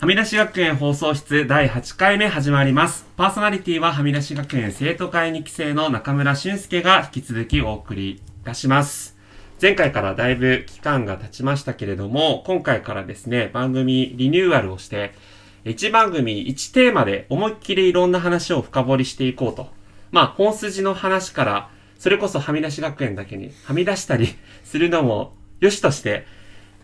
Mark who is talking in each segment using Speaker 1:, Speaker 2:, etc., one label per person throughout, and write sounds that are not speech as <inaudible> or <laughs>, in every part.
Speaker 1: はみ出し学園放送室第8回目始まります。パーソナリティははみ出し学園生徒会2期生の中村俊介が引き続きお送りいたします。前回からだいぶ期間が経ちましたけれども、今回からですね、番組リニューアルをして、1番組1テーマで思いっきりいろんな話を深掘りしていこうと。まあ、本筋の話から、それこそはみ出し学園だけにはみ出したりするのも良しとして、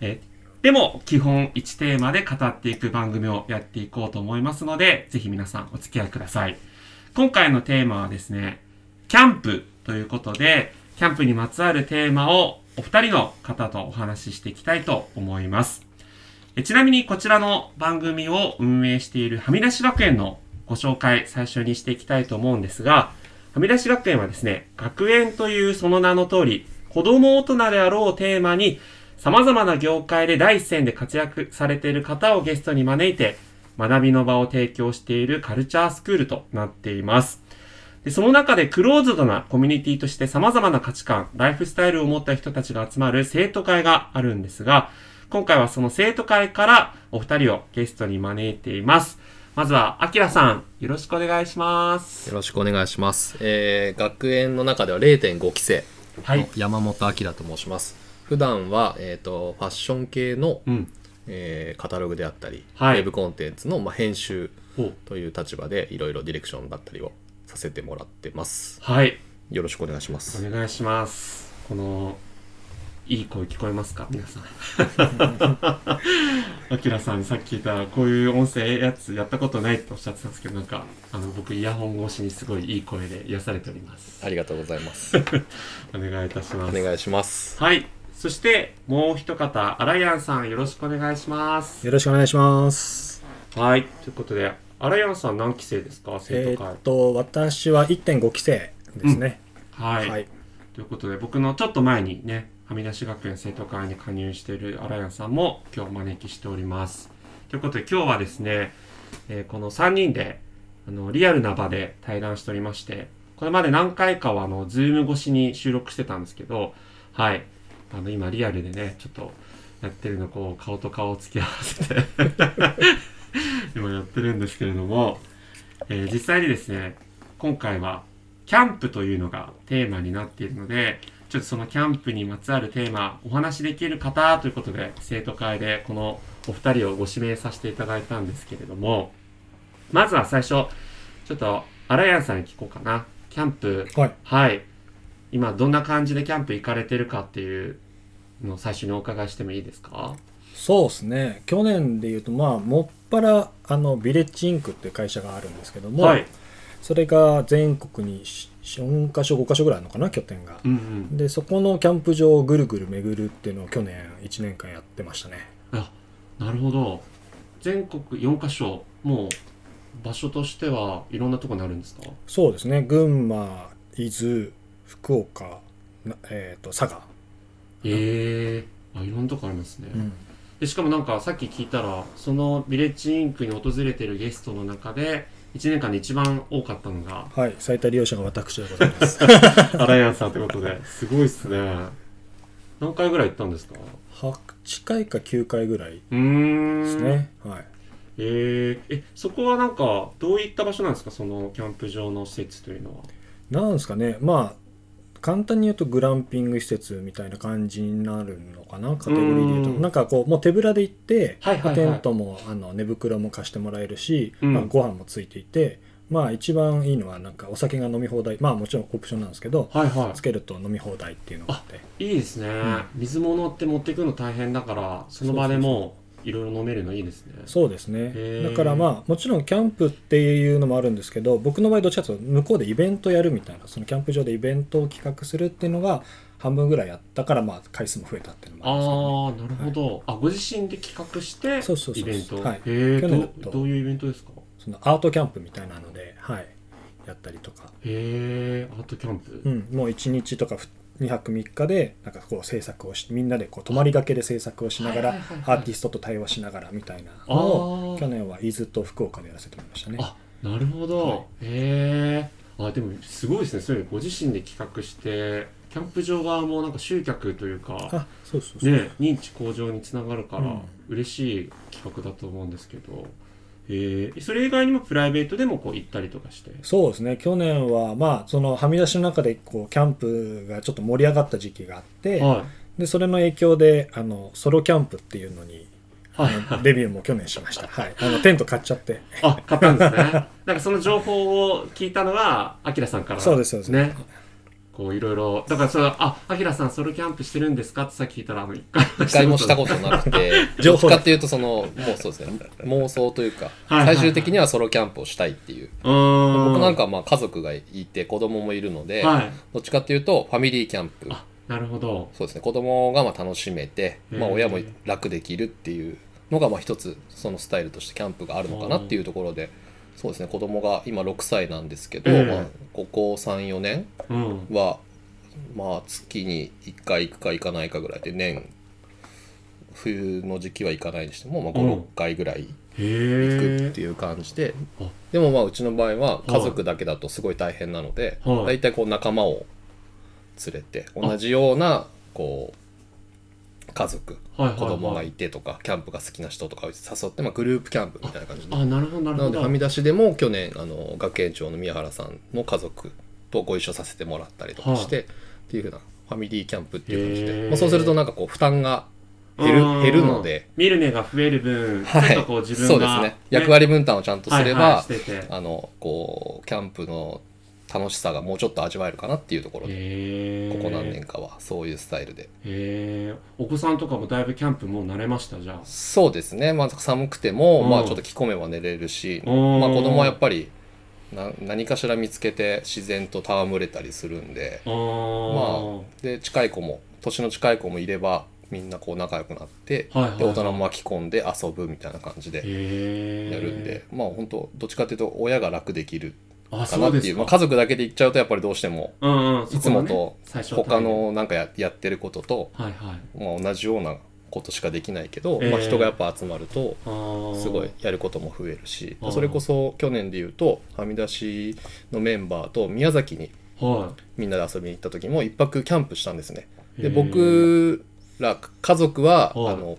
Speaker 1: えでも基本1テーマで語っていく番組をやっていこうと思いますので、ぜひ皆さんお付き合いください。今回のテーマはですね、キャンプということで、キャンプにまつわるテーマをお二人の方とお話ししていきたいと思います。えちなみにこちらの番組を運営しているはみ出し学園のご紹介最初にしていきたいと思うんですが、はみ出し学園はですね、学園というその名の通り、子供大人であろうをテーマに、様々な業界で第一線で活躍されている方をゲストに招いて、学びの場を提供しているカルチャースクールとなっています。でその中でクローズドなコミュニティとして様々な価値観、ライフスタイルを持った人たちが集まる生徒会があるんですが、今回はその生徒会からお二人をゲストに招いています。まずは、あきらさん、よろしくお願いします。
Speaker 2: よろしくお願いします。えー学園の中では0.5期生
Speaker 1: はい
Speaker 2: の。山本明と申します。普段は、えっ、と、ファッション系の、
Speaker 1: うん。
Speaker 2: えーカタログであったり、
Speaker 1: はい
Speaker 2: ウェブコンテンツの、まあ、編集
Speaker 1: お
Speaker 2: という立場で、いろいろディレクションだったりをさせてもらってます。
Speaker 1: はい。
Speaker 2: よろしくお願いしま
Speaker 1: お
Speaker 2: す。
Speaker 1: 願いします。この、いい声聞こえますか皆さん。 <laughs> あきらさん、さっき聞いた、こういう音声やつやったことないっておっしゃってたんですけど、なんか、あの、僕、イヤホン越しにすごいいい声で癒されております。
Speaker 2: ありがとうございます。
Speaker 1: お願いいたしま
Speaker 2: お
Speaker 1: す。
Speaker 2: 願いします。
Speaker 1: はい。そして、もう一方、アライアンさん、よろしくお願いします。
Speaker 3: よろしくお願いします。
Speaker 1: はい。ということで、アライアンさん何期生ですか生
Speaker 3: え
Speaker 1: 徒
Speaker 3: ー
Speaker 1: 会
Speaker 3: っ。と、私は1.5期生ですね。
Speaker 1: はい。
Speaker 3: はい。
Speaker 1: ということで僕のちょっと前にねはみ出し学園生徒会に加入しているアラヤンさんも今日お招きしております。ということで今日はですね、えーこの3人であのリアルな場で対談しておりましてこれまで何回かはあの Zoom 越しに収録してたんですけどはいあの今リアルでねちょっとやってるのこう顔と顔を付き合わせて今やってるんですけれども、えー実際にですね今回はキャンプというのがテーマになっているので、ちょっとそのキャンプにまつわるテーマ、お話しできる方ということで、生徒会でこのお二人をご指名させていただいたんですけれども、まずは最初、ちょっと、アライアンさんに聞こうかな。キャンプ、
Speaker 3: はい。
Speaker 1: はい。今、どんな感じでキャンプ行かれてるかっていうのを最初にお伺いしてもいいですか
Speaker 3: そうですね。去年で言うと、まあ、もっぱら、あの、ビレッジインクっていう会社があるんですけども、
Speaker 1: はい。
Speaker 3: それが全国にし4カ所、5カ所ぐらいあるのかな、拠点が
Speaker 1: う。んうん。
Speaker 3: で、そこのキャンプ場をぐるぐる巡るっていうのを去年1年間やってましたね。
Speaker 1: あなるほど全国4カ所もう場所としてはいろんなとこになるんですか
Speaker 3: そうですね。群馬、伊豆、福岡、なえーっと、佐賀。
Speaker 1: ええあいろんなとこありますね、
Speaker 3: うん
Speaker 1: でしかもなんかさっき聞いたらそのビレッジインクに訪れてるゲストの中で1年間で一番多かったのが
Speaker 3: はい。最多利用者が私でございます。 <laughs>
Speaker 1: アライアンさんということ <laughs> ですごいっすね何回ぐらい行ったんですか
Speaker 3: 8回か9回ぐらいう
Speaker 1: ーん
Speaker 3: ですね。はい。
Speaker 1: えーえそこはなんかどういった場所なんですかそのキャンプ場の施設というのは
Speaker 3: なんですかねまあ簡単に言うとグランピング施設みたいな感じになるのかなカテゴリーで言うと
Speaker 1: うん
Speaker 3: なんかこうもう手ぶらで行って、
Speaker 1: はいはいはい
Speaker 3: テントもあの寝袋も貸してもらえるし、
Speaker 1: うん
Speaker 3: まあ、ご飯もついていてまあ一番いいのはなんかお酒が飲み放題まあもちろんオプションなんですけど
Speaker 1: はいはい
Speaker 3: つけると飲み放題っていうのがあって
Speaker 1: いいですね、水物って持ってくの大変だからその場でもういろいろ飲めるのいいですね
Speaker 3: そうです
Speaker 1: へ
Speaker 3: ね
Speaker 1: ー
Speaker 3: だからまあもちろんキャンプっていうのもあるんですけど僕の場合どっちかというと向こうでイベントやるみたいなそのキャンプ場でイベントを企画するっていうのが半分ぐらいやったからまあ回数も増えたっていうのもあるんですけどね
Speaker 1: ああなるほど、あご自身で企画して
Speaker 3: そうそうそう
Speaker 1: イベント
Speaker 3: はい
Speaker 1: へえ
Speaker 3: 去年だと
Speaker 1: どどういうイベントですか
Speaker 3: そのアートキャンプみたいなので、はい、やったりとか、
Speaker 1: へえアートキャンプ、
Speaker 3: うん、もう1日とか2泊3日でなんかこう制作をしみんなでこう泊まりがけで制作をしながら
Speaker 1: はいはいはいはい
Speaker 3: アーティストと対話しながらみたいなの
Speaker 1: あ
Speaker 3: を
Speaker 1: ー
Speaker 3: 去年は伊豆と福岡でやらせてもらいましたね。
Speaker 1: あなるほど、
Speaker 3: はい
Speaker 1: へえあでもすごいですねそういうのご自身で企画してキャンプ場側もなんか集客というか
Speaker 3: あそうそうそう、
Speaker 1: ね認知向上につながるか
Speaker 3: う
Speaker 1: ら
Speaker 3: ん
Speaker 1: 嬉しい企画だと思うんですけど、えーそれ以外にもプライベートでもこう行ったりとかして
Speaker 3: そうですね去年はまあそのはみ出しの中でこうキャンプがちょっと盛り上がった時期があって、
Speaker 1: は
Speaker 3: でそれの影響であのソロキャンプっていうのに
Speaker 1: <laughs> いはい
Speaker 3: あのデビューも去年しまし
Speaker 1: <laughs>
Speaker 3: た、はい、あのテント買っちゃって
Speaker 1: あ買ったんですね <laughs> なんかその情報を聞いたのはあきらさんから
Speaker 3: そうですそうです
Speaker 1: ねこういろいろだからそのああきらさんソロキャンプしてるんですかってさっき聞いたらあの一回も
Speaker 2: 一回もしたことなく
Speaker 1: <laughs>
Speaker 2: て
Speaker 3: 情
Speaker 2: 情
Speaker 3: 報
Speaker 2: 報かっていうとそのもうそうですね妄想というか
Speaker 1: はいはいはい
Speaker 2: 最終的にはソロキャンプをしたいっていう
Speaker 1: うーん
Speaker 2: 僕なんかはまあ家族がいて子供もいるので
Speaker 1: はい
Speaker 2: どっちかっていうとファミリーキャンプ
Speaker 1: あなるほど
Speaker 2: そうですね子供がまあ楽しめて、まあ、
Speaker 1: うん
Speaker 2: 親も楽できるっていうのがまあ一つそのスタイルとしてキャンプがあるのかなっていうところでそうですね子供が今6歳なんですけど、
Speaker 1: うん
Speaker 2: まあ、ここ34年
Speaker 1: うん
Speaker 2: は、まあ、月に1回行くか行かないかぐらいで年冬の時期は行かないにしても、まあ、
Speaker 1: うん
Speaker 2: 56回ぐらい行く
Speaker 1: へ
Speaker 2: っていう感じで、
Speaker 1: あ
Speaker 2: でもまあうちの場合は家族だけだとすごい大変なので、
Speaker 1: はい
Speaker 2: 大体こう仲間を連れて同じようなこう家族
Speaker 1: え、はいはいはい、
Speaker 2: 子供がいてとかキャンプが好きな人とかを誘って、まあ、グループキャンプみたいな感じで
Speaker 1: あなるほどなる
Speaker 2: な
Speaker 1: ほ
Speaker 2: ので
Speaker 1: ど
Speaker 2: はみ出しでも去年あの学園長の宮原さんの家族とご一緒させてもらったりとかして、っていうふうなファミリーキャンプっていう感じ
Speaker 1: へ
Speaker 2: で、
Speaker 1: ー
Speaker 2: まあ、そうするとなんかこう負担が減る
Speaker 1: うん
Speaker 2: 減るので、
Speaker 1: 見る目が増える分、
Speaker 2: はい、
Speaker 1: ちょっとこう自分が、
Speaker 2: そうですね役割分担をちゃんとすれば、
Speaker 1: はいはい、してて
Speaker 2: あのこうキャンプの楽しさがもうちょっと味わえるかなっていうところで、
Speaker 1: へえ
Speaker 2: ここ何年かはそういうスタイルで
Speaker 1: へえお子さんとかもだいぶキャンプもう慣れましたじゃあ
Speaker 2: そうですね、まあ、寒くても、
Speaker 1: うん
Speaker 2: まあ、ちょっと着込めば寝れるし、
Speaker 1: うん
Speaker 2: まあ、子供はやっぱりな何かしら見つけて自然と戯れたりするんで
Speaker 1: あー
Speaker 2: まで近い子も年の近い子もいればみんなこう仲良くなって、
Speaker 1: はいはいはい
Speaker 2: で大人も巻き込んで遊ぶみたいな感じで
Speaker 1: へえ
Speaker 2: やるんで、まあ本当どっちかっていうと親が楽できる
Speaker 1: あ
Speaker 2: か
Speaker 1: そ
Speaker 2: な
Speaker 1: う
Speaker 2: って
Speaker 1: で
Speaker 2: い
Speaker 1: す
Speaker 2: う
Speaker 1: か、
Speaker 2: まあ、家族だけで行っちゃうとやっぱりどうしても
Speaker 1: うんうん、
Speaker 2: いつ
Speaker 1: そこ
Speaker 2: も
Speaker 1: がね
Speaker 2: と
Speaker 1: 最初は
Speaker 2: 他のなんかややってることと、
Speaker 1: はいはい
Speaker 2: まあ、同じようなことしかできないけど、
Speaker 1: え
Speaker 2: まあ、
Speaker 1: え
Speaker 2: 人がやっぱ集まると。
Speaker 1: あー
Speaker 2: すごいやることも増えるし
Speaker 1: あー
Speaker 2: それこそ去年で言うとはみ出しのメンバーと宮崎に
Speaker 1: は
Speaker 2: みんなで遊びに行った時も一泊キャンプしたんですね
Speaker 1: い
Speaker 2: で僕ら家族はあ
Speaker 1: はい
Speaker 2: の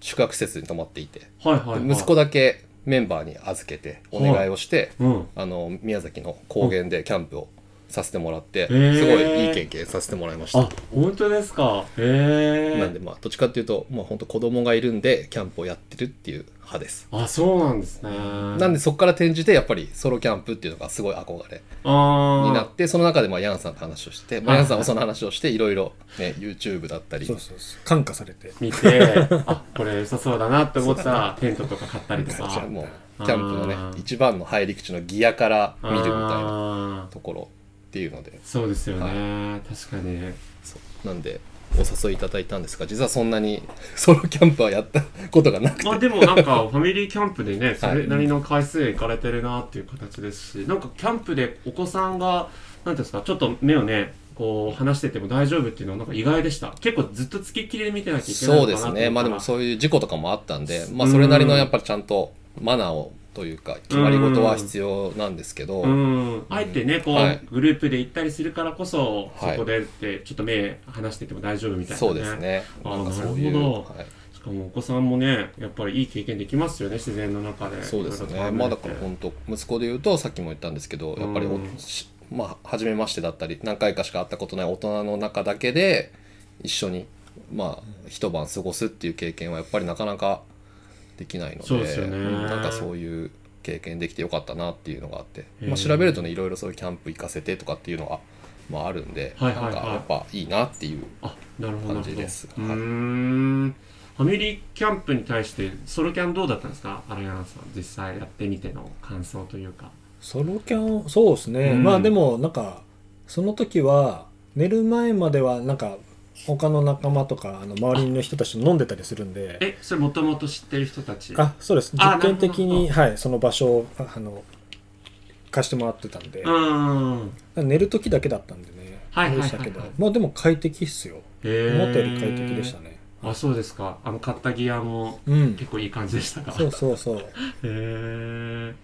Speaker 2: 宿泊施設に泊まっていて
Speaker 1: へーはいはい、はい、
Speaker 2: 息子だけメンバーに預けてお願いをして
Speaker 1: うん
Speaker 2: あの宮崎の高原でキャンプをさせてもらって
Speaker 1: へー
Speaker 2: すごいいい経験させてもらいました
Speaker 1: あ本当ですかへえ
Speaker 2: なんでまあどっちかっていうとまあ本当子供がいるんでキャンプをやってるっていう派です
Speaker 1: あそうなんですね
Speaker 2: なんでそこから転じてやっぱりソロキャンプっていうのがすごい憧れ
Speaker 1: あ
Speaker 2: に
Speaker 1: ー
Speaker 2: なってその中でまあヤンさんと話をして、ま
Speaker 1: は
Speaker 2: あ、
Speaker 1: い
Speaker 2: ヤンさんもその話をしていろいろね YouTube だったり
Speaker 3: そうそうそう感化されて
Speaker 1: 見
Speaker 2: <laughs>
Speaker 1: て、あ、これ良さそうだなって思ったら、テントとか買ったりとか。
Speaker 2: もうキャンプのね
Speaker 1: あー
Speaker 2: 一番の入り口のギアから見るみたいな
Speaker 1: な。
Speaker 2: ところっていうので
Speaker 1: そうですよね。確か
Speaker 2: <laughs>
Speaker 1: に。
Speaker 2: そうなんでお誘いいただいたんですが実はそんなに <laughs> ソロキャンプはやったことがなくて
Speaker 1: まあでもなんか、ファミリーキャンプでね、そ
Speaker 2: は
Speaker 1: れ
Speaker 2: い
Speaker 1: なりの回数行かれてるなっていう形ですし、なんかキャンプでお子さんが、なんていうんですか、ちょっと目をね、こう話してても大丈夫っていうのはなんか意外でした。結構ずっとつきっきりで見てなきゃいけない
Speaker 2: そ
Speaker 1: の
Speaker 2: う
Speaker 1: か
Speaker 2: で
Speaker 1: な
Speaker 2: すねまあでも
Speaker 1: う。
Speaker 2: そういう事故とかもあったんで、まあ、
Speaker 1: うん
Speaker 2: それなりのやっぱりちゃんとマナーをというか決まり事は必要なんですけど、
Speaker 1: うん、あえてね、こう、
Speaker 2: はい
Speaker 1: グループで行ったりするからこそ、
Speaker 2: はい
Speaker 1: そこでって、ちょっと目離してても大丈夫みたいな、
Speaker 2: そうですね。
Speaker 1: あ
Speaker 2: な
Speaker 1: ー
Speaker 2: んかそうい
Speaker 1: なるほ
Speaker 2: う、
Speaker 1: ど
Speaker 2: はい
Speaker 1: しかもお子さんもねやっぱりいい経験できますよね自然の中で
Speaker 2: そうです
Speaker 1: いろい
Speaker 2: ね。
Speaker 1: ろと
Speaker 2: まあだから本当息子で言うとさっきも言ったんですけど、やっぱりお
Speaker 1: うん
Speaker 2: しまあ初めましてだったり何回かしか会ったことない大人の中だけで一緒にまあ一晩過ごすっていう経験はやっぱりなかなかできないので、
Speaker 1: そうですよね
Speaker 2: んなんかそういう経験できてよかったなっていうのがあって、
Speaker 1: へ
Speaker 2: ま
Speaker 1: ー
Speaker 2: あ調べるとねいろいろそういうキャンプ行かせてとかっていうのはまああるんで、
Speaker 1: はいはいはい
Speaker 2: なんかやっぱいいなっていう。
Speaker 1: あなるほどなるほ
Speaker 2: 感
Speaker 1: ど
Speaker 2: じです
Speaker 1: うーんファミリーキャンプに対してソロキャンどうだったんですか荒井アナさん実際やってみての感想というか
Speaker 3: ソロキャンそうですね、
Speaker 1: うん
Speaker 3: まあでもなんかその時は寝る前まではなんか他の仲間とかあの周りの人たちと飲んでたりするんで
Speaker 1: えそれもともと知ってる人たち
Speaker 3: あそうです
Speaker 1: あ
Speaker 3: 実験的に、
Speaker 1: な
Speaker 3: はい、その場所をああの貸してもらってたんで
Speaker 1: う、ーん
Speaker 3: 寝る時だけだったんでね
Speaker 1: はいはいはいはい
Speaker 3: あれでしたけどまあでも快適っすよ
Speaker 1: へー
Speaker 3: 思ったより快適でしたね、
Speaker 1: あそうですかあの買ったギアも
Speaker 3: うん
Speaker 1: 結構いい感じでしたか
Speaker 3: そうそうそう
Speaker 1: へえ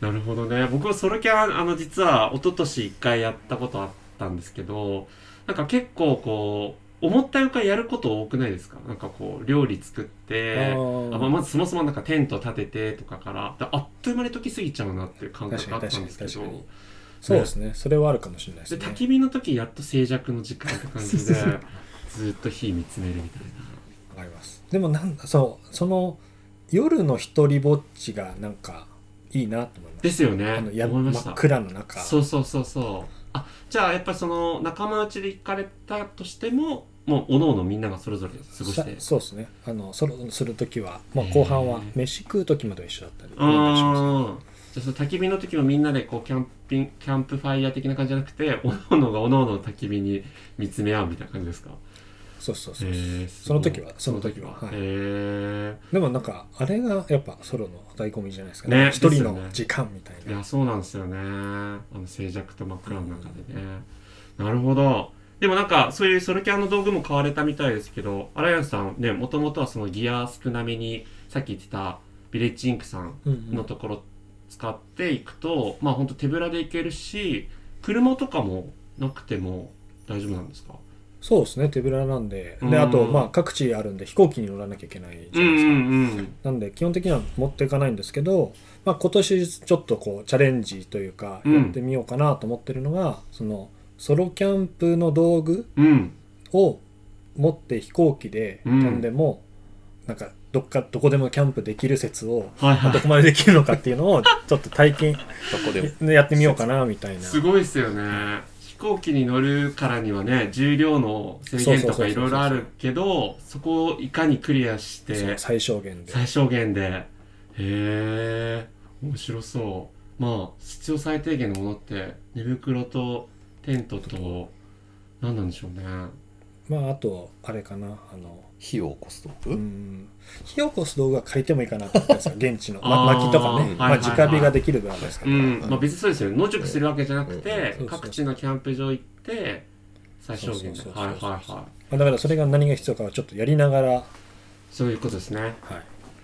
Speaker 1: なるほどね僕はソロキャンあの実は一昨年一回やったことあったんですけどなんか結構こう思ったよりかやること多くないですかなんかこう料理作ってあまあまずそもそもなんかテント立ててとかからだあっという間に時過ぎちゃうなっていう感覚があったんですけ
Speaker 3: 確かに確かに確か
Speaker 1: ど
Speaker 3: にそうですねそれはあるかもしれないです
Speaker 1: で
Speaker 3: ね
Speaker 1: 焚き火の時やっと静寂の時間って感じ
Speaker 3: そ
Speaker 1: で
Speaker 3: うそうそう
Speaker 1: ずっと火見つめるみたい
Speaker 3: わかりますでもなんだそうその夜の一人ぼっちがなんかいいなと思い
Speaker 1: な
Speaker 3: ます
Speaker 1: ですよ
Speaker 3: あ
Speaker 1: ね
Speaker 3: のや
Speaker 1: 思いまし
Speaker 3: 真
Speaker 1: た
Speaker 3: っ暗の中
Speaker 1: そうそうそうそうあじゃあやっぱりその仲間内で行かれたとしてももうおのおのみんながそれぞれ過ごして
Speaker 3: さそうですねあのソロする時は、まあ、後半
Speaker 1: へ
Speaker 3: は
Speaker 1: ー
Speaker 3: 飯食う時まで一緒だったり
Speaker 1: あ
Speaker 3: します
Speaker 1: あじゃあその焚き火の時もみんなでこうキャンピングキャンプファイヤー的な感じじゃなくておのおのがおのおの焚き火に見つめ合うみたいな感じですか
Speaker 3: そうそうそう、
Speaker 1: へーす
Speaker 3: そ
Speaker 1: ごい
Speaker 3: の時はその時は
Speaker 1: その
Speaker 3: はい
Speaker 1: へえ
Speaker 3: でもなんかあれがやっぱソロの醍醐味じゃないですか
Speaker 1: ね
Speaker 3: ね一、
Speaker 1: です
Speaker 3: 人
Speaker 1: よね
Speaker 3: の時間みたい
Speaker 1: い
Speaker 3: な
Speaker 1: やそうなんですよねあの静寂と真っ暗の中でね、なるほどでもなんかそういうソロキャンの道具も買われたみたいですけどアライアンスさんねもともとはそのギア少なめにさっき言ってたビレッジインクさん
Speaker 3: うんうん
Speaker 1: のところ使っていくと、まあほんと手ぶらでいけるし車とかもなくても大丈夫なんですか
Speaker 3: そうですね手ぶらなんで
Speaker 1: うん
Speaker 3: であとまあ各地あるんで飛行機に乗らなきゃいけないじゃないですか、
Speaker 1: うん
Speaker 3: なんで基本的には持っていかないんですけど、まあ、今年ちょっとこうチャレンジというか
Speaker 1: うん
Speaker 3: やってみようかなと思ってるのが、そのソロキャンプの道具
Speaker 1: うん
Speaker 3: を持って飛行機で
Speaker 1: う
Speaker 3: 飛
Speaker 1: ん
Speaker 3: んでも、なんかどっかどこでもキャンプできる説
Speaker 1: は
Speaker 3: を
Speaker 1: い
Speaker 3: まあ
Speaker 1: は
Speaker 3: どこまでできるのかっていうのをちょっと体験
Speaker 2: どこでも
Speaker 3: やってみようかなみたい
Speaker 1: い
Speaker 3: な
Speaker 1: すごいですよね飛行機に乗るからにはね重量の制限と
Speaker 3: そうそうそうそ
Speaker 1: か
Speaker 3: う
Speaker 1: いろいろあるけどそこをいかにクリアし
Speaker 3: そう
Speaker 1: て
Speaker 3: 最小限で
Speaker 1: 最小限でへえ面白そうまあ必要最低限のものって寝袋とテントと何なんでしょうね
Speaker 3: まああとあれかなあの
Speaker 2: 火を起こすと
Speaker 3: う
Speaker 2: 具
Speaker 3: ん火起こす道具は借りてもいいかなと思ったんですよ現地の、ま、
Speaker 1: あー
Speaker 3: 薪とかね、ま
Speaker 1: は
Speaker 3: あ、
Speaker 1: いはいはい
Speaker 3: 直火ができるぐらいですか
Speaker 1: う
Speaker 3: ら、
Speaker 1: んまあ別にそうですよね野宿するわけじゃなくて
Speaker 3: うんうん
Speaker 1: 各地のキャンプ場行って最小限で
Speaker 3: そうそうそう
Speaker 1: はいはいは
Speaker 3: まあ、だからそれが何が必要かはちょっとやりながら、はい、
Speaker 1: いそういうことですね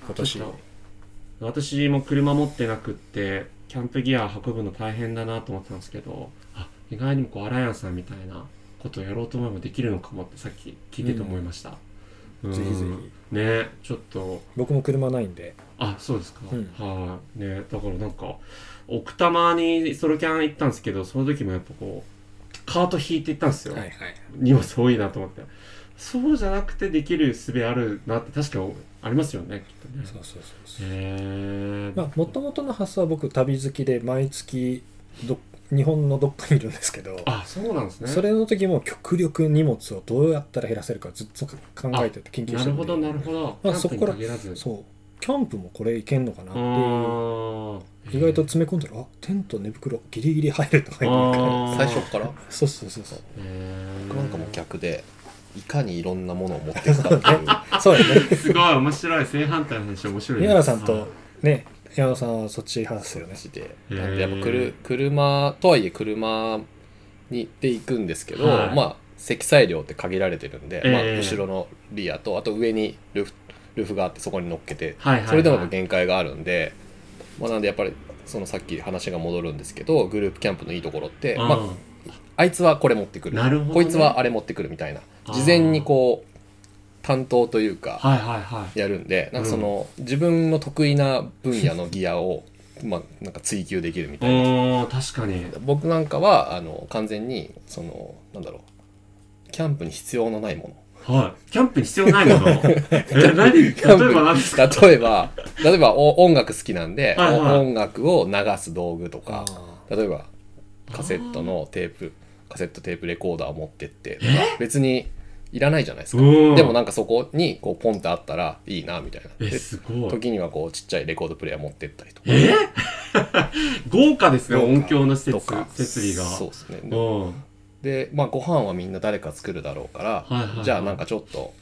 Speaker 3: 今年
Speaker 1: ちょっと私も車持ってなくってキャンプギア運ぶの大変だなと思ってたんですけどあ意外にもこうアライアンさんみたいなことをやろうと思えばできるのかもってさっき聞いてて思いました、うん
Speaker 3: ぜひぜ
Speaker 1: ねちょっと
Speaker 3: 僕も車ないんで
Speaker 1: あそうですか、
Speaker 3: うん
Speaker 1: はいねだからなんか奥多摩にソロキャン行ったんですけどその時もやっぱこうカート引いて行ったんですよ、
Speaker 3: い
Speaker 1: 荷物多いなと思ってそうじゃなくてできる術あるなって確かありますよねきっとね
Speaker 3: そうそうそうそう
Speaker 1: へえ
Speaker 3: まあもともとの発想は僕旅好きで毎月ど日本のどっかにいるんですけど
Speaker 1: あそうなんですね
Speaker 3: それの時も極力荷物をどうやったら減らせるかずっと考えてて研究し
Speaker 1: な
Speaker 3: て
Speaker 1: る
Speaker 3: ん
Speaker 1: ほ
Speaker 3: で
Speaker 1: どなるほど、
Speaker 3: まあ
Speaker 1: キャンプに
Speaker 3: そこから
Speaker 1: 限らず
Speaker 3: そうキャンプもこれいけんのかなってい
Speaker 1: あ
Speaker 3: う
Speaker 1: ー
Speaker 3: 意外と詰め込んだらあテント寝袋ギリギリ入るとか
Speaker 1: あ
Speaker 3: 言うから
Speaker 1: ー
Speaker 2: 最初っから
Speaker 3: そうそうそうそう
Speaker 1: へー
Speaker 2: 僕なんかもう逆でいかにいろんなものを持っていくかっていう
Speaker 3: そうやね
Speaker 1: すごい面白い正反対の話面白い
Speaker 3: 三
Speaker 1: ね
Speaker 3: 原さん
Speaker 1: はい
Speaker 3: とね山野さんはそっち派ですよね
Speaker 2: 話で
Speaker 1: へー
Speaker 2: なんでやっぱくる車とはいえ車にで行くんですけど、
Speaker 1: はい
Speaker 2: まあ積載量って限られてるんで、まあ、
Speaker 1: ええ
Speaker 2: 後ろのリアとあと上にルーフルーフがあってそこに乗っけて
Speaker 1: はいはいはい
Speaker 2: それでもやっぱ限界があるんで、まあ、なんでやっぱりそのさっき話が戻るんですけどグループキャンプのいいところって、
Speaker 1: うん
Speaker 2: まあ、あいつはこれ持ってくる
Speaker 1: なるほどね
Speaker 2: こいつはあれ持ってくるみたいな
Speaker 1: あー
Speaker 2: 事前にこう担当というか、
Speaker 1: はいはいはい
Speaker 2: やるんでなんかその、自分の得意な分野のギアを <laughs> まあなんか追求できるみたいな
Speaker 1: おー確かに
Speaker 2: 僕なんかはあの完全にそのなんだろうキャンプに必要のないもの
Speaker 1: はいキャンプに必要ないも
Speaker 3: <laughs>
Speaker 1: のえ何例えば何ですか
Speaker 2: 例
Speaker 1: <laughs>
Speaker 2: えば例えばお音楽好きなんで、
Speaker 1: はいはい
Speaker 2: お音楽を流す道具と
Speaker 3: あ
Speaker 2: か例えばカセットのテープカセットテープレコーダーを持ってってとか別にいらないじゃないですか
Speaker 1: うん
Speaker 2: でもなんかそこにこうポンってあったらいいなみたいな
Speaker 1: え
Speaker 2: です
Speaker 1: ごい
Speaker 2: 時にはこうちっちゃいレコードプレイヤー持ってったりとか
Speaker 1: え <laughs> 豪華ですね
Speaker 3: 豪華
Speaker 1: 音響の施
Speaker 2: と
Speaker 1: 設
Speaker 2: か
Speaker 1: 設備が
Speaker 2: そうですね
Speaker 1: うん
Speaker 2: で、まあ、ご飯はみんな誰か作るだろうか
Speaker 1: は
Speaker 2: ら、
Speaker 1: いはいはい
Speaker 2: じゃあなんかちょっと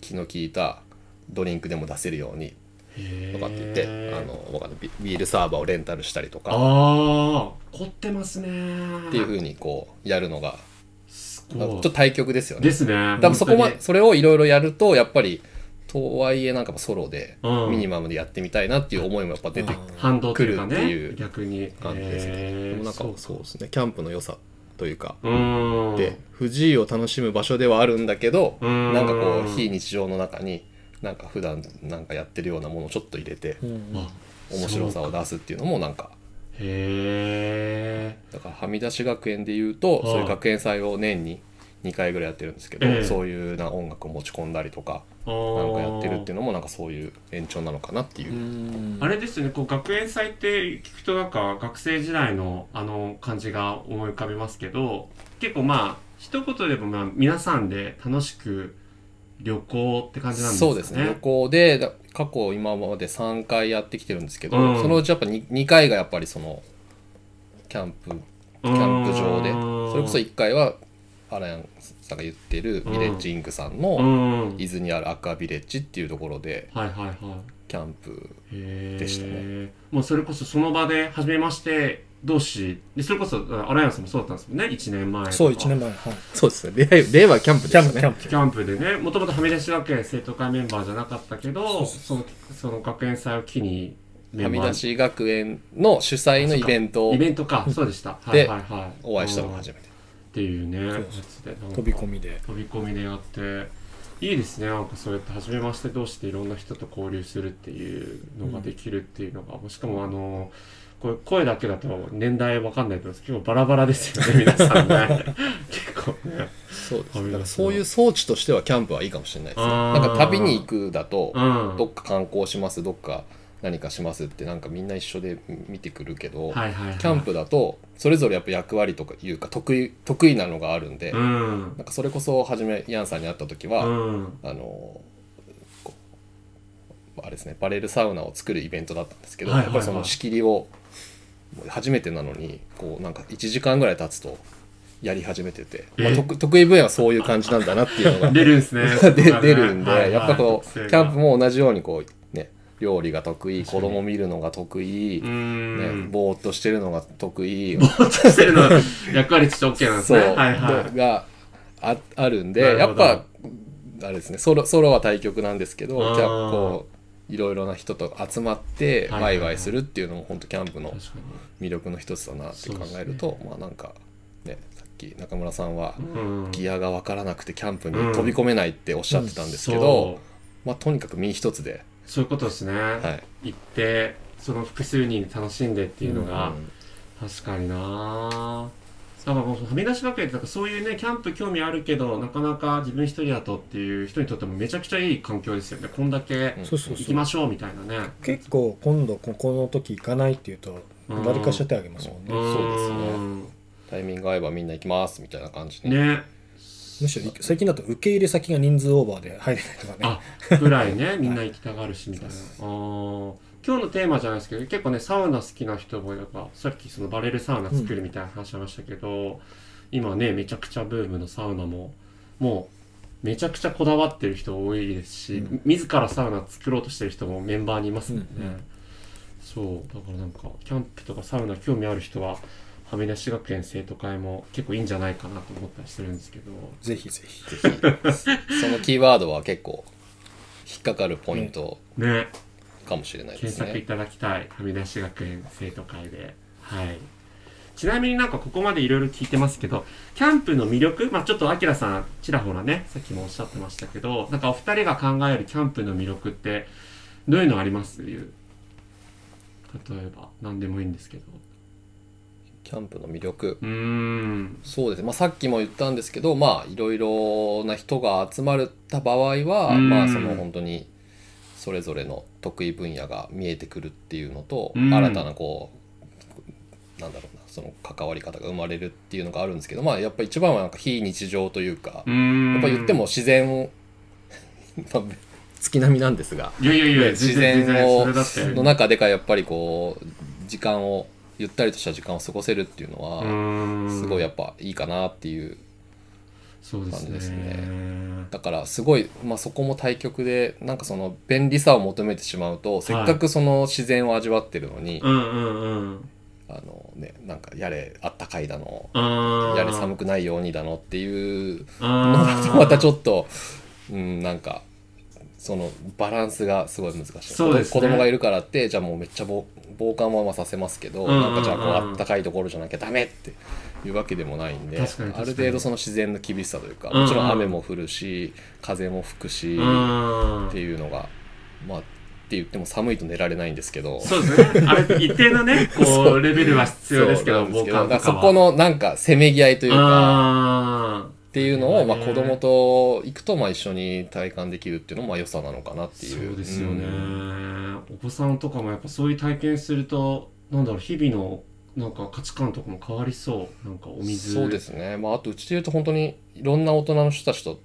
Speaker 2: 気の利いたドリンクでも出せるようにとかって言って、
Speaker 1: へー
Speaker 2: あのわかんないビビールサーバーをレンタルしたりとか
Speaker 1: ああ凝ってますね
Speaker 2: っていうふうにこうやるのが
Speaker 1: す
Speaker 2: まあちょ
Speaker 1: ご
Speaker 2: っ
Speaker 1: い
Speaker 2: と対局ですよ
Speaker 1: で
Speaker 2: ね。
Speaker 1: すね
Speaker 2: 多分そこま
Speaker 1: 本当に
Speaker 2: それをいろいろやるとやっぱりとはいえなんかやっぱソロで
Speaker 1: うん
Speaker 2: ミニマムでやってみたいなっていう思いもやっぱ出てく
Speaker 1: 反動というかね
Speaker 2: 来るっていう
Speaker 1: 逆に
Speaker 2: 感じですね。
Speaker 1: えー
Speaker 2: でもなんか
Speaker 1: そう
Speaker 2: そうですねキャンプの良さというか、
Speaker 1: うーん
Speaker 2: で不自由を楽しむ場所ではあるんだけど、
Speaker 1: うん
Speaker 2: なんかこう非日常の中になんか普段なんかやってるようなものをちょっと入れて
Speaker 1: あ
Speaker 2: 面白さを出すっていうのもなんか
Speaker 1: へえ
Speaker 2: だからはみ出し学園でいうと、
Speaker 1: はい
Speaker 2: そういう学園祭を年に2回ぐらいやってるんですけど、
Speaker 1: ええ
Speaker 2: そういうな音楽を持ち込んだりとかなんかやってるっていうのもなんかそういう延長なのかなっていう、
Speaker 1: あれですよねこう学園祭って聞くとなんか学生時代のあの感じが思い浮かびますけど結構まあ一言でもまあ皆さんで楽しく旅行って感じなんですかね
Speaker 2: そうですね旅行でだ過去今まで3回やってきてるんですけど、
Speaker 1: うん
Speaker 2: そのうちやっぱ 2, 回がやっぱりそのキャンプ
Speaker 1: キ
Speaker 2: キャンプ場でそれこそ1回はアラヤンさんが言ってるヴィレッジインクさん
Speaker 1: う
Speaker 2: の
Speaker 1: んはい
Speaker 2: 伊豆にあるアクアヴィレッジっていうところで
Speaker 1: はいはい
Speaker 2: キャンプ
Speaker 1: で
Speaker 2: でした
Speaker 1: ね。もうそれこそその場で初めまして同士でそれこそあアライアンスもそうだったんですもんね1年前とか
Speaker 3: そう1年前はい
Speaker 2: そうですね令和令和キャンプで
Speaker 3: キャンプキャンプ
Speaker 1: キャンプでねもともとはみ出し学園生徒会メンバーじゃなかったけどそのその学園祭を機にメ
Speaker 2: は
Speaker 1: ン
Speaker 2: み
Speaker 1: バー
Speaker 2: 出し学園の主催のイベント
Speaker 1: イベントかそうでしたはい
Speaker 2: で
Speaker 1: はいはい
Speaker 2: お会いしたのが
Speaker 1: うん
Speaker 2: 初めて
Speaker 1: っていうね
Speaker 3: そう
Speaker 1: やつでなんか
Speaker 3: 飛び込みで
Speaker 1: 飛び込みでやっていいですねなんかそうやって初めまして同士でいろんな人と交流するっていうのができるっていうのが、しかもあのこれ声だけだと年代わかんないと思うんですけど結構バラバラですよね皆さん
Speaker 2: <laughs>
Speaker 1: ね結構ね
Speaker 2: そう
Speaker 1: はみ出し
Speaker 2: ですねだからそういう装置としてはキャンプはいいかもしれないですね
Speaker 1: あ
Speaker 2: な
Speaker 1: ー
Speaker 2: んか旅に行くだと
Speaker 1: うん
Speaker 2: どっか観光しますどっか何かしますってなんかみんな一緒で見てくるけど、
Speaker 1: はいはいはい
Speaker 2: キャンプだとそれぞれやっぱ役割とかいうか得意得意なのがあるんで、
Speaker 1: うん
Speaker 2: なんかそれこそ初めヤンさんに会った時
Speaker 1: う
Speaker 2: は、
Speaker 1: ん
Speaker 2: あのこうあれですねバレルサウナを作るイベントだったんですけど、
Speaker 1: はいはいはい
Speaker 2: やっぱりその仕切りを初めてなのにこうなんか1時間ぐらい経つとやり始めてて、まあ、
Speaker 1: え
Speaker 2: 得得意分野はそういう感じなんだなっていうの
Speaker 1: <laughs>
Speaker 2: が
Speaker 1: 出るんですね
Speaker 2: <laughs> で出るんで、
Speaker 1: はいはい
Speaker 2: やっぱこうキ
Speaker 1: 特性が
Speaker 2: ャンプも同じようにこうね料理が得意子供見るのが得意、
Speaker 1: う
Speaker 2: ね、
Speaker 1: ん、
Speaker 2: ぼーっとしてるのが得意
Speaker 1: ぼーっとしてるの役割として OK なんです
Speaker 2: そう、
Speaker 1: ねはいはい
Speaker 2: がああるん
Speaker 1: な
Speaker 2: で
Speaker 1: る
Speaker 2: や
Speaker 1: ほ
Speaker 2: っ
Speaker 1: ど
Speaker 2: ぱあれですねソロソロは対局なんですけど
Speaker 1: あー
Speaker 2: キャンプこういろいろな人と集まって
Speaker 1: はいは
Speaker 2: ワ
Speaker 1: いはい
Speaker 2: イワイするっていうのも本当キャンプの
Speaker 1: 確か
Speaker 2: 魅力の一つだなって考えると、まあなんかねさっき中村さんは
Speaker 1: に、うん、
Speaker 2: ギアが分からなくてキャンプに
Speaker 1: うん
Speaker 2: 飛び込めないっておっしゃってたんですけど、
Speaker 1: そう
Speaker 2: まあとにかく身一つで、
Speaker 1: そういうことですね、
Speaker 2: はい、
Speaker 1: 行ってその複数人で楽しんでっていうのが、
Speaker 2: うん
Speaker 1: 確かになだからもうはみ出し学園ってなんかそういうねキャンプ興味あるけどなかなか自分一人だとっていう人にとってもめちゃくちゃいい環境ですよねこんだけ
Speaker 2: うん
Speaker 3: そうそう
Speaker 1: 行
Speaker 3: そ
Speaker 1: き
Speaker 3: う
Speaker 1: ましょうみたいなね
Speaker 3: 結構今度ここの時行かないっていうと
Speaker 1: うん
Speaker 3: 誰かしちゃってあげますもんね
Speaker 1: ん
Speaker 2: そうタイミング合えばみんな行きますみたいな感じで、
Speaker 1: ね
Speaker 3: むしろ最近だと受け入れ先が人数オーバーで入れないとかね
Speaker 1: あぐら
Speaker 3: <laughs>
Speaker 1: いねみんな行きたがるしみたいな、あー今日のテーマじゃないですけど結構ねサウナ好きな人もやっぱさっきそのバレルサウナ作るみたいな話ありましたけど、今ねめちゃくちゃブームのサウナももうめちゃくちゃこだわってる人多いですし、
Speaker 3: うん
Speaker 1: 自らサウナ作ろうとしてる人もメンバーにいますもんね、
Speaker 3: うんうん
Speaker 1: そうだからなんかキャンプとかサウナ興味ある人ははみ出し学園生徒会も結構いいんじゃないかなと思ったりしてるんですけど
Speaker 3: ぜひぜひ
Speaker 2: ぜひそのキーワードは結構引っかかるポイント
Speaker 1: ね
Speaker 2: かもしれないで
Speaker 1: 検
Speaker 2: す
Speaker 1: 索い
Speaker 2: ね。
Speaker 1: ただきたいはみ出し学園生徒会ではいちなみになんかここまでいろいろ聞いてますけどキャンプの魅力まあちょっとあきらさんちらほらねさっきもおっしゃってましたけどなんかお二人が考えるキャンプの魅力ってどういうのありますいう例えば何でもいいんですけど
Speaker 2: キャンプの魅力。
Speaker 1: うーん
Speaker 2: そうですね。まあさっきも言ったんですけど、まあいろいろな人が集まった場合は、
Speaker 1: うん
Speaker 2: まあその本当にそれぞれの得意分野が見えてくるっていうのと、
Speaker 1: うん
Speaker 2: 新たなこうなんだろうなその関わり方が生まれるっていうのがあるんですけど、まあやっぱり一番はなんか非日常というか、
Speaker 1: うーん
Speaker 2: やっぱ言っても自然 <laughs> をまあ月並みなんですが。
Speaker 1: いやいやいや
Speaker 2: 自
Speaker 1: 全然全
Speaker 2: 然
Speaker 1: 然
Speaker 2: を
Speaker 1: それだって
Speaker 2: の中でかやっぱりこう時間をゆったりとした時間を過ごせるっていうの
Speaker 1: う
Speaker 2: は
Speaker 1: ーん
Speaker 2: すごいやっぱいいかなっていう
Speaker 1: そうです
Speaker 2: 感じ
Speaker 1: ね
Speaker 2: ですねだからすごい、まあ、そこも対局でなんかその便利さを求めてしまうとせっかくその自然を味わってるのに、
Speaker 1: うんうんうん
Speaker 2: あのねなんかやれあったかいだの
Speaker 1: あー
Speaker 2: やれ寒く <laughs> ないようにだのっていうのだ
Speaker 1: あ
Speaker 2: と
Speaker 1: ー
Speaker 2: またちょっとうんなんかそのバランスがすごい難しい
Speaker 1: そうですね
Speaker 2: 子供がいるからってじゃあもうめっちゃ防防寒はまあさせますけど、
Speaker 1: うんうんうん
Speaker 2: なんかじゃあこうあったかいところじゃなきゃダメっていうわけでもないんで
Speaker 1: 確かに確か
Speaker 2: あ
Speaker 1: に
Speaker 2: る程度その自然の厳しさというか
Speaker 1: うんうん
Speaker 2: もちろん雨も降るし風も吹くし、
Speaker 1: うん
Speaker 2: っていうのがまあって言っても寒いと寝られないんですけど
Speaker 1: そうですね。あれ、一定の
Speaker 2: <laughs>
Speaker 1: ね、こう、レベルは必要ですけど、
Speaker 2: そうな
Speaker 1: 防
Speaker 2: んでな
Speaker 1: 寒
Speaker 2: ん
Speaker 1: と
Speaker 2: か
Speaker 1: か
Speaker 2: そ
Speaker 1: は。
Speaker 2: このなんかせめぎ合いというか
Speaker 1: あー
Speaker 2: っていうのを、まあ、
Speaker 1: ね
Speaker 2: 子供と行くとまあ一緒に体感できるっていうのもまあ良さなのかなっていう
Speaker 1: そうですよね、
Speaker 2: うん
Speaker 1: お子さんとかもやっぱそういう体験するとなんだろう日々のなんか価値観とかも変わりそうなんかお水
Speaker 2: そうですね、まあ、あとうちでいうと本当にいろんな大人の人たちと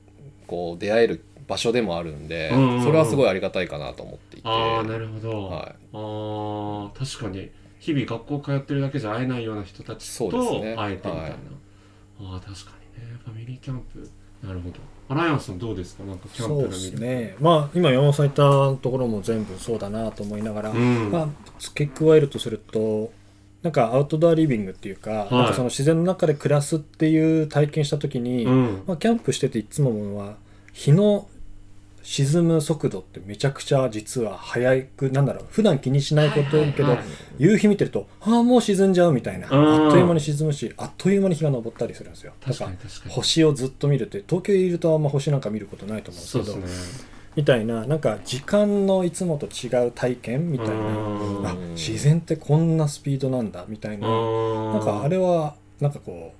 Speaker 2: こう出会える場所でもあるんで、
Speaker 1: うんうんうん
Speaker 2: それはすごいありがたいかなと思っていて
Speaker 1: ああなるほど、
Speaker 2: は
Speaker 1: ああ確かに日々学校通ってるだけじゃ会えないような人たち
Speaker 2: そう
Speaker 1: と
Speaker 2: ですね
Speaker 1: 会えてみたいな、
Speaker 2: はい
Speaker 1: ああ確かにねファミリーキャンプなるほどアライアンスさんどうですかなんかキャン
Speaker 3: そう
Speaker 1: プの
Speaker 3: で
Speaker 1: 魅
Speaker 3: す
Speaker 1: 力
Speaker 3: ねまあ今山本さん言ったところも全部そうだなと思いながら、
Speaker 1: うん、
Speaker 3: まあ、付け加えるとするとなんかアウトドアリビングっていうか,、
Speaker 1: い
Speaker 3: なんかその自然の中で暮らすっていう体験した時に、
Speaker 1: うん
Speaker 3: まあ、キャンプしてていつも思うのは日の沈む速度ってめちゃくちゃ実は速くなんだろう普段気にしないこと
Speaker 1: はいはいはい
Speaker 3: けど、夕日見てるとああもう沈んじゃうみたいな、
Speaker 1: うん
Speaker 3: あっという間に沈むしあっという間に日が昇ったりするんですよ。
Speaker 1: 確か
Speaker 3: だ
Speaker 1: に
Speaker 3: ら
Speaker 1: 確かに
Speaker 3: 星をずっと見るって東京にいるとあんま星なんか見ることないと思うんです
Speaker 1: そ
Speaker 3: け
Speaker 1: うで
Speaker 3: ど
Speaker 1: すね
Speaker 3: みたいななんか時間のいつもと違う体験みたいな
Speaker 1: うん
Speaker 3: あ自然ってこんなスピードなんだみたいな
Speaker 1: な
Speaker 3: なんかあれはなんかこ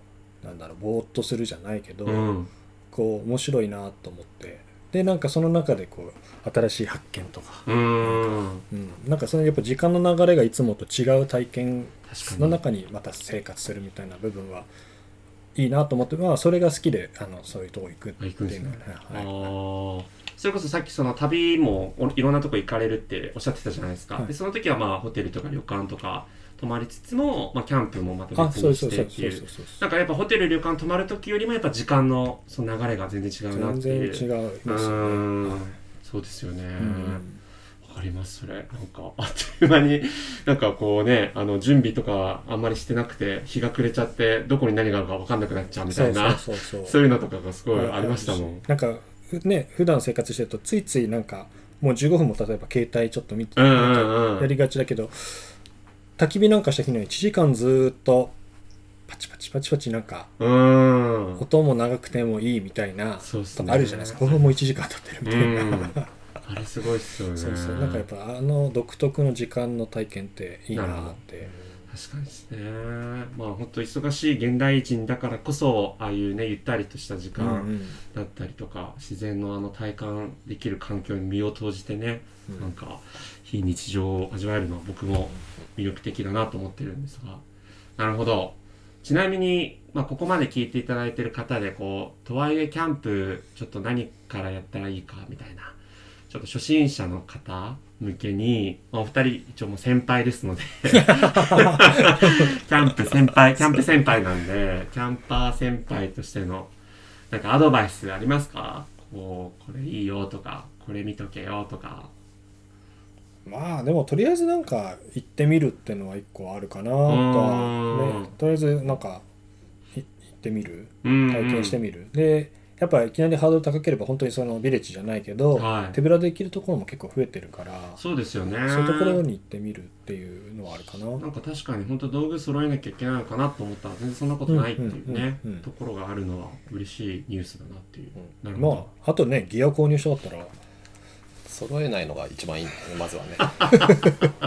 Speaker 3: うなんだろうぼーっとするじゃないけど、
Speaker 1: うん
Speaker 3: こう面白いなと思ってでなんかその中でこう新しい発見とか、
Speaker 1: うん
Speaker 3: うん、なんかそのやっぱ時間の流れがいつもと違う体験
Speaker 1: 確かに
Speaker 3: の中にまた生活するみたいな部分はいいなと思って、まあ、それが好きであのそういうとこ行くっていうのはね
Speaker 1: あ
Speaker 3: はい
Speaker 1: ーそれこそさっきその旅もおいろんなとこ行かれるっておっしゃってたじゃないですか、
Speaker 3: はい
Speaker 1: でその時はまあホテルとか旅館とか泊まりつつも、まあ、キャンプもまた
Speaker 3: あ
Speaker 1: 別
Speaker 3: そう
Speaker 1: に
Speaker 3: そう
Speaker 1: し
Speaker 3: そ
Speaker 1: てっ
Speaker 3: う
Speaker 1: て
Speaker 3: そ
Speaker 1: い
Speaker 3: うそ
Speaker 1: う
Speaker 3: うそう
Speaker 1: なんかやっぱホテル旅館泊まる時よりもやっぱ時間のその流れが全然違うなっ
Speaker 3: 全
Speaker 1: て
Speaker 3: 然違
Speaker 1: い
Speaker 3: いうますよ
Speaker 1: うーん
Speaker 3: ねはい
Speaker 1: そうですよねわ、
Speaker 3: うん
Speaker 1: かりますそれなんかあっという間になんかこうねあの準備とかあんまりしてなくて日が暮れちゃってどこに何があるか分かんなくなっちゃうみたいな
Speaker 3: そうそうそう
Speaker 1: そ
Speaker 3: そう
Speaker 1: ういうのとかがすごいありましたもん。
Speaker 3: なんかね普段生活してるとついついなんかもう15分も例えば携帯ちょっと見て、
Speaker 1: うんうんうん。
Speaker 3: やりがちだけど焚き火なんかした日の1時間ずーっとパチパチパチパチなんか
Speaker 1: うーん。
Speaker 3: 音も長くてもいいみたいな
Speaker 1: そうっす
Speaker 3: と
Speaker 1: ね
Speaker 3: かあるじゃないですか、これも1時間経ってるみ
Speaker 1: う
Speaker 3: たいな、
Speaker 1: ん。あれすごいっすよね。
Speaker 3: そうそうなんかやっぱあの独特の時間の体験っていいなーって
Speaker 1: 確かにですね。まあ本当忙しい現代人だからこそ、ああいうね、ゆったりとした時
Speaker 3: うん
Speaker 1: 間だったりとか、自然のあの体感できる環境に身を投じてね、
Speaker 3: うん
Speaker 1: なんか非日常を味わえるのは僕も魅力的だなと思ってるんですが。なるほど。ちなみに、まあ、ここまで聞いていただいてる方で、こう、とはいえキャンプ、ちょっと何からやったらいいか、みたいな、ちょっと初心者の方向けに、まあ、お二人、一応もう先輩です
Speaker 3: <laughs>
Speaker 1: ので、キャンプ先輩、キャンプ先輩なんで、キャンパー先輩としての、なんかアドバイスありますかこう、これいいよとか、これ見とけよとか。
Speaker 3: まあでもとりあえずなんか行ってみるってのは一個あるかなとは、
Speaker 1: うん
Speaker 3: ね、とりあえずなんかい行ってみる
Speaker 1: うん
Speaker 3: 体験してみる、でやっぱいきなりハードル高ければ本当にそのビレッジじゃないけど、
Speaker 1: はい
Speaker 3: 手ぶらで行けるところも結構増えてるから
Speaker 1: そうですよね。
Speaker 3: そういうところに行ってみるっていうのはあるかな。
Speaker 1: なんか確かに本当道具揃えなきゃいけないのかなと思ったら全然そんなことないっていうね、
Speaker 3: うんうんうんうん
Speaker 1: ところがあるのは嬉しいニュースだなっていう、なるほど、
Speaker 3: まあ、あとねギア購入したかったら
Speaker 2: 揃えないのが一番いいんだよねまずはね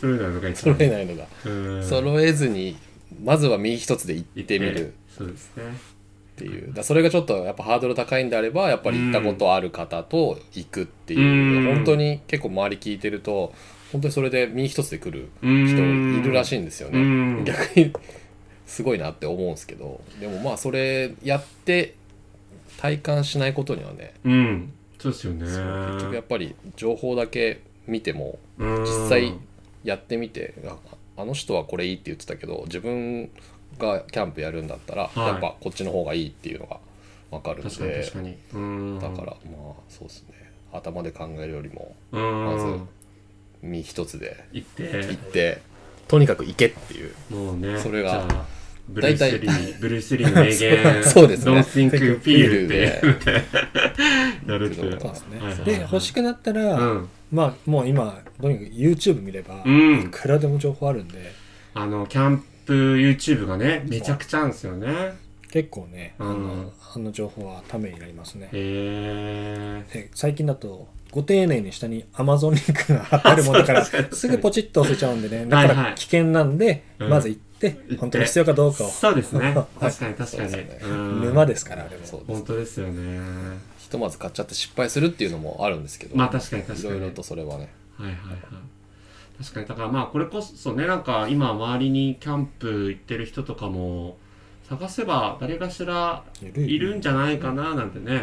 Speaker 1: それなのが一
Speaker 2: 揃
Speaker 1: 番
Speaker 2: えないのが、
Speaker 1: うん
Speaker 2: 揃えずにまずは身一つで行ってみる
Speaker 1: そうですね
Speaker 2: っていうだからそれがちょっとやっぱハードル高いんであればやっぱり行ったことある方と行くっていう、
Speaker 1: うん
Speaker 2: 本当に結構周り聞いてると本当にそれで身一つで来る人
Speaker 1: 人
Speaker 2: いるらしいんですよね、
Speaker 1: うん
Speaker 2: 逆にすごいなって思うんですけどでもまあそれやって体感しないことにはね
Speaker 1: うんそうですよね
Speaker 2: そう結局やっぱり情報だけ見ても
Speaker 1: うん
Speaker 2: 実際やってみてああの人はこれいいって言ってたけど自分がキャンプやるんだったら、
Speaker 1: はい
Speaker 2: やっぱこっちの方がいいっていうのが分かるん
Speaker 1: 確かに
Speaker 2: で
Speaker 1: 確かにうん
Speaker 2: だからまあそうですね頭で考えるよりも
Speaker 1: うん
Speaker 2: まず身一つで
Speaker 1: 行っ
Speaker 2: 行っててとにかく行けっていう
Speaker 1: もうね
Speaker 2: それが
Speaker 1: じゃあブルース・
Speaker 2: 大体
Speaker 1: リー、ブルース・リーの名言、
Speaker 2: <laughs> そうですね
Speaker 1: Don't think, feel って言って、やるっていう。
Speaker 2: そう
Speaker 3: ですね
Speaker 1: はいはいはい
Speaker 3: で欲しくなったら、
Speaker 1: うん。
Speaker 3: まあもう今とにかく YouTube 見れば、
Speaker 1: うん
Speaker 3: いくらでも情報あるんで
Speaker 1: あの、キャンプ YouTube がね、めちゃくちゃあるんですよね。
Speaker 3: 結構ねあの,、
Speaker 1: うん
Speaker 3: あの情報はためになりますね、
Speaker 1: へ
Speaker 3: で最近だとご丁寧に下に Amazon リンクが貼ってあるもんだから
Speaker 1: そうそう
Speaker 3: すぐポチッと押せちゃうんでね
Speaker 1: は
Speaker 3: だ
Speaker 1: い
Speaker 3: か
Speaker 1: は
Speaker 3: ら
Speaker 1: い
Speaker 3: 危険なんで、
Speaker 1: うん
Speaker 3: まず行って
Speaker 1: て
Speaker 3: 本当に必要かどうか
Speaker 1: ー。
Speaker 3: を
Speaker 1: そうですね。
Speaker 3: はい
Speaker 1: 確かに確かに。
Speaker 2: そうですね
Speaker 1: うん
Speaker 3: 沼ですからあれも
Speaker 2: そうです
Speaker 1: 本当ですよね。
Speaker 2: ひとまず買っちゃって失敗するっていうのもあるんですけど
Speaker 1: まあ確かに確
Speaker 2: い
Speaker 1: かに
Speaker 2: ろいろとそれはね
Speaker 1: はいはいはい。確かに、だからまあこれこそね、なんか今周りにキャンプ行ってる人とかも、探せば誰かしらいるんじゃないかななんてね、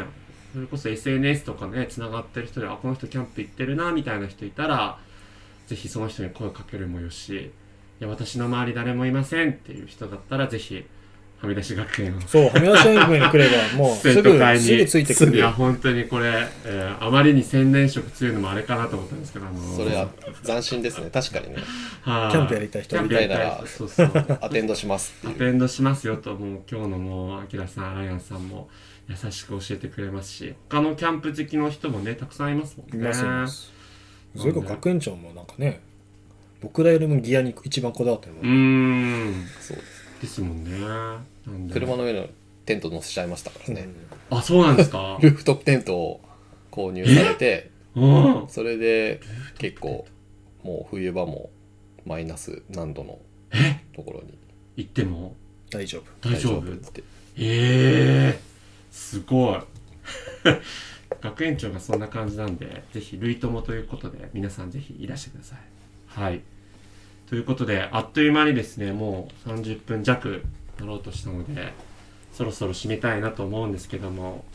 Speaker 1: それこそ SNS とかね、つながってる人で、あ、この人キャンプ行ってるなみたいな人いたら、ぜひその人に声かけるもよし、いや、私の周り誰もいませんっていう人だったら、ぜひ、はみ出し学園を。
Speaker 3: そう、はみ出し演に来れば、もうす
Speaker 1: 生
Speaker 3: ぐ、
Speaker 1: 徒会に
Speaker 3: すぐついてく
Speaker 1: い
Speaker 3: る
Speaker 1: や。本当にこれ、えーあまりに専念色強いのもあれかなと思ったんですけど、あのー
Speaker 2: それは斬新ですね確かにね
Speaker 1: はい
Speaker 3: キャンプやりたい人
Speaker 1: キャンプやりたい人そうそう
Speaker 2: アテンドしますって
Speaker 1: ア
Speaker 2: いう
Speaker 1: テンドしますよともう今日のもうアキラさんアライアンさんも優しく教えてくれますし他のキャンプ好きの人もねたくさんいますもんね
Speaker 3: いますいます。
Speaker 1: ね
Speaker 3: それか学園長もなんかね、僕らよりもギアに一番こだわってるも。
Speaker 1: うんーん
Speaker 2: そう
Speaker 1: ですもんねなんで
Speaker 2: 車の上のテント乗せちゃいましたからね、
Speaker 1: あそうなんです
Speaker 3: <laughs>
Speaker 1: か
Speaker 2: ルーフトップテントを購入されて
Speaker 1: うん
Speaker 2: それで結構もう冬場もマイナス何度のところに
Speaker 1: 行っても
Speaker 3: 大丈夫。
Speaker 1: 大丈夫
Speaker 2: っつって
Speaker 1: ええすごい <laughs> 学園長がそんな感じなんでぜひ類友ということで皆さんぜひいらしてくださいはいということであっという間にですねもう30分弱なろうとしたのでそろそろ締めたいなと思うんですけども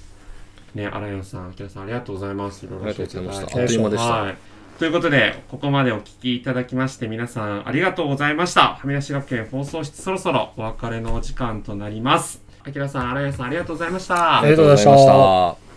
Speaker 1: ねアライオンさんアキラさんありがとうございますいろいろ教えていただい
Speaker 2: ありが
Speaker 1: て
Speaker 2: とうございましたあっという間でした
Speaker 1: はいということで、ここまでお聞きいただきまして、皆さんありがとうございました。はみ出し学園放送室、そろそろお別れのお時間となります。あきらさん、あらやさん、ありがとうございました。
Speaker 3: ありがとうございました
Speaker 2: ありがとうございました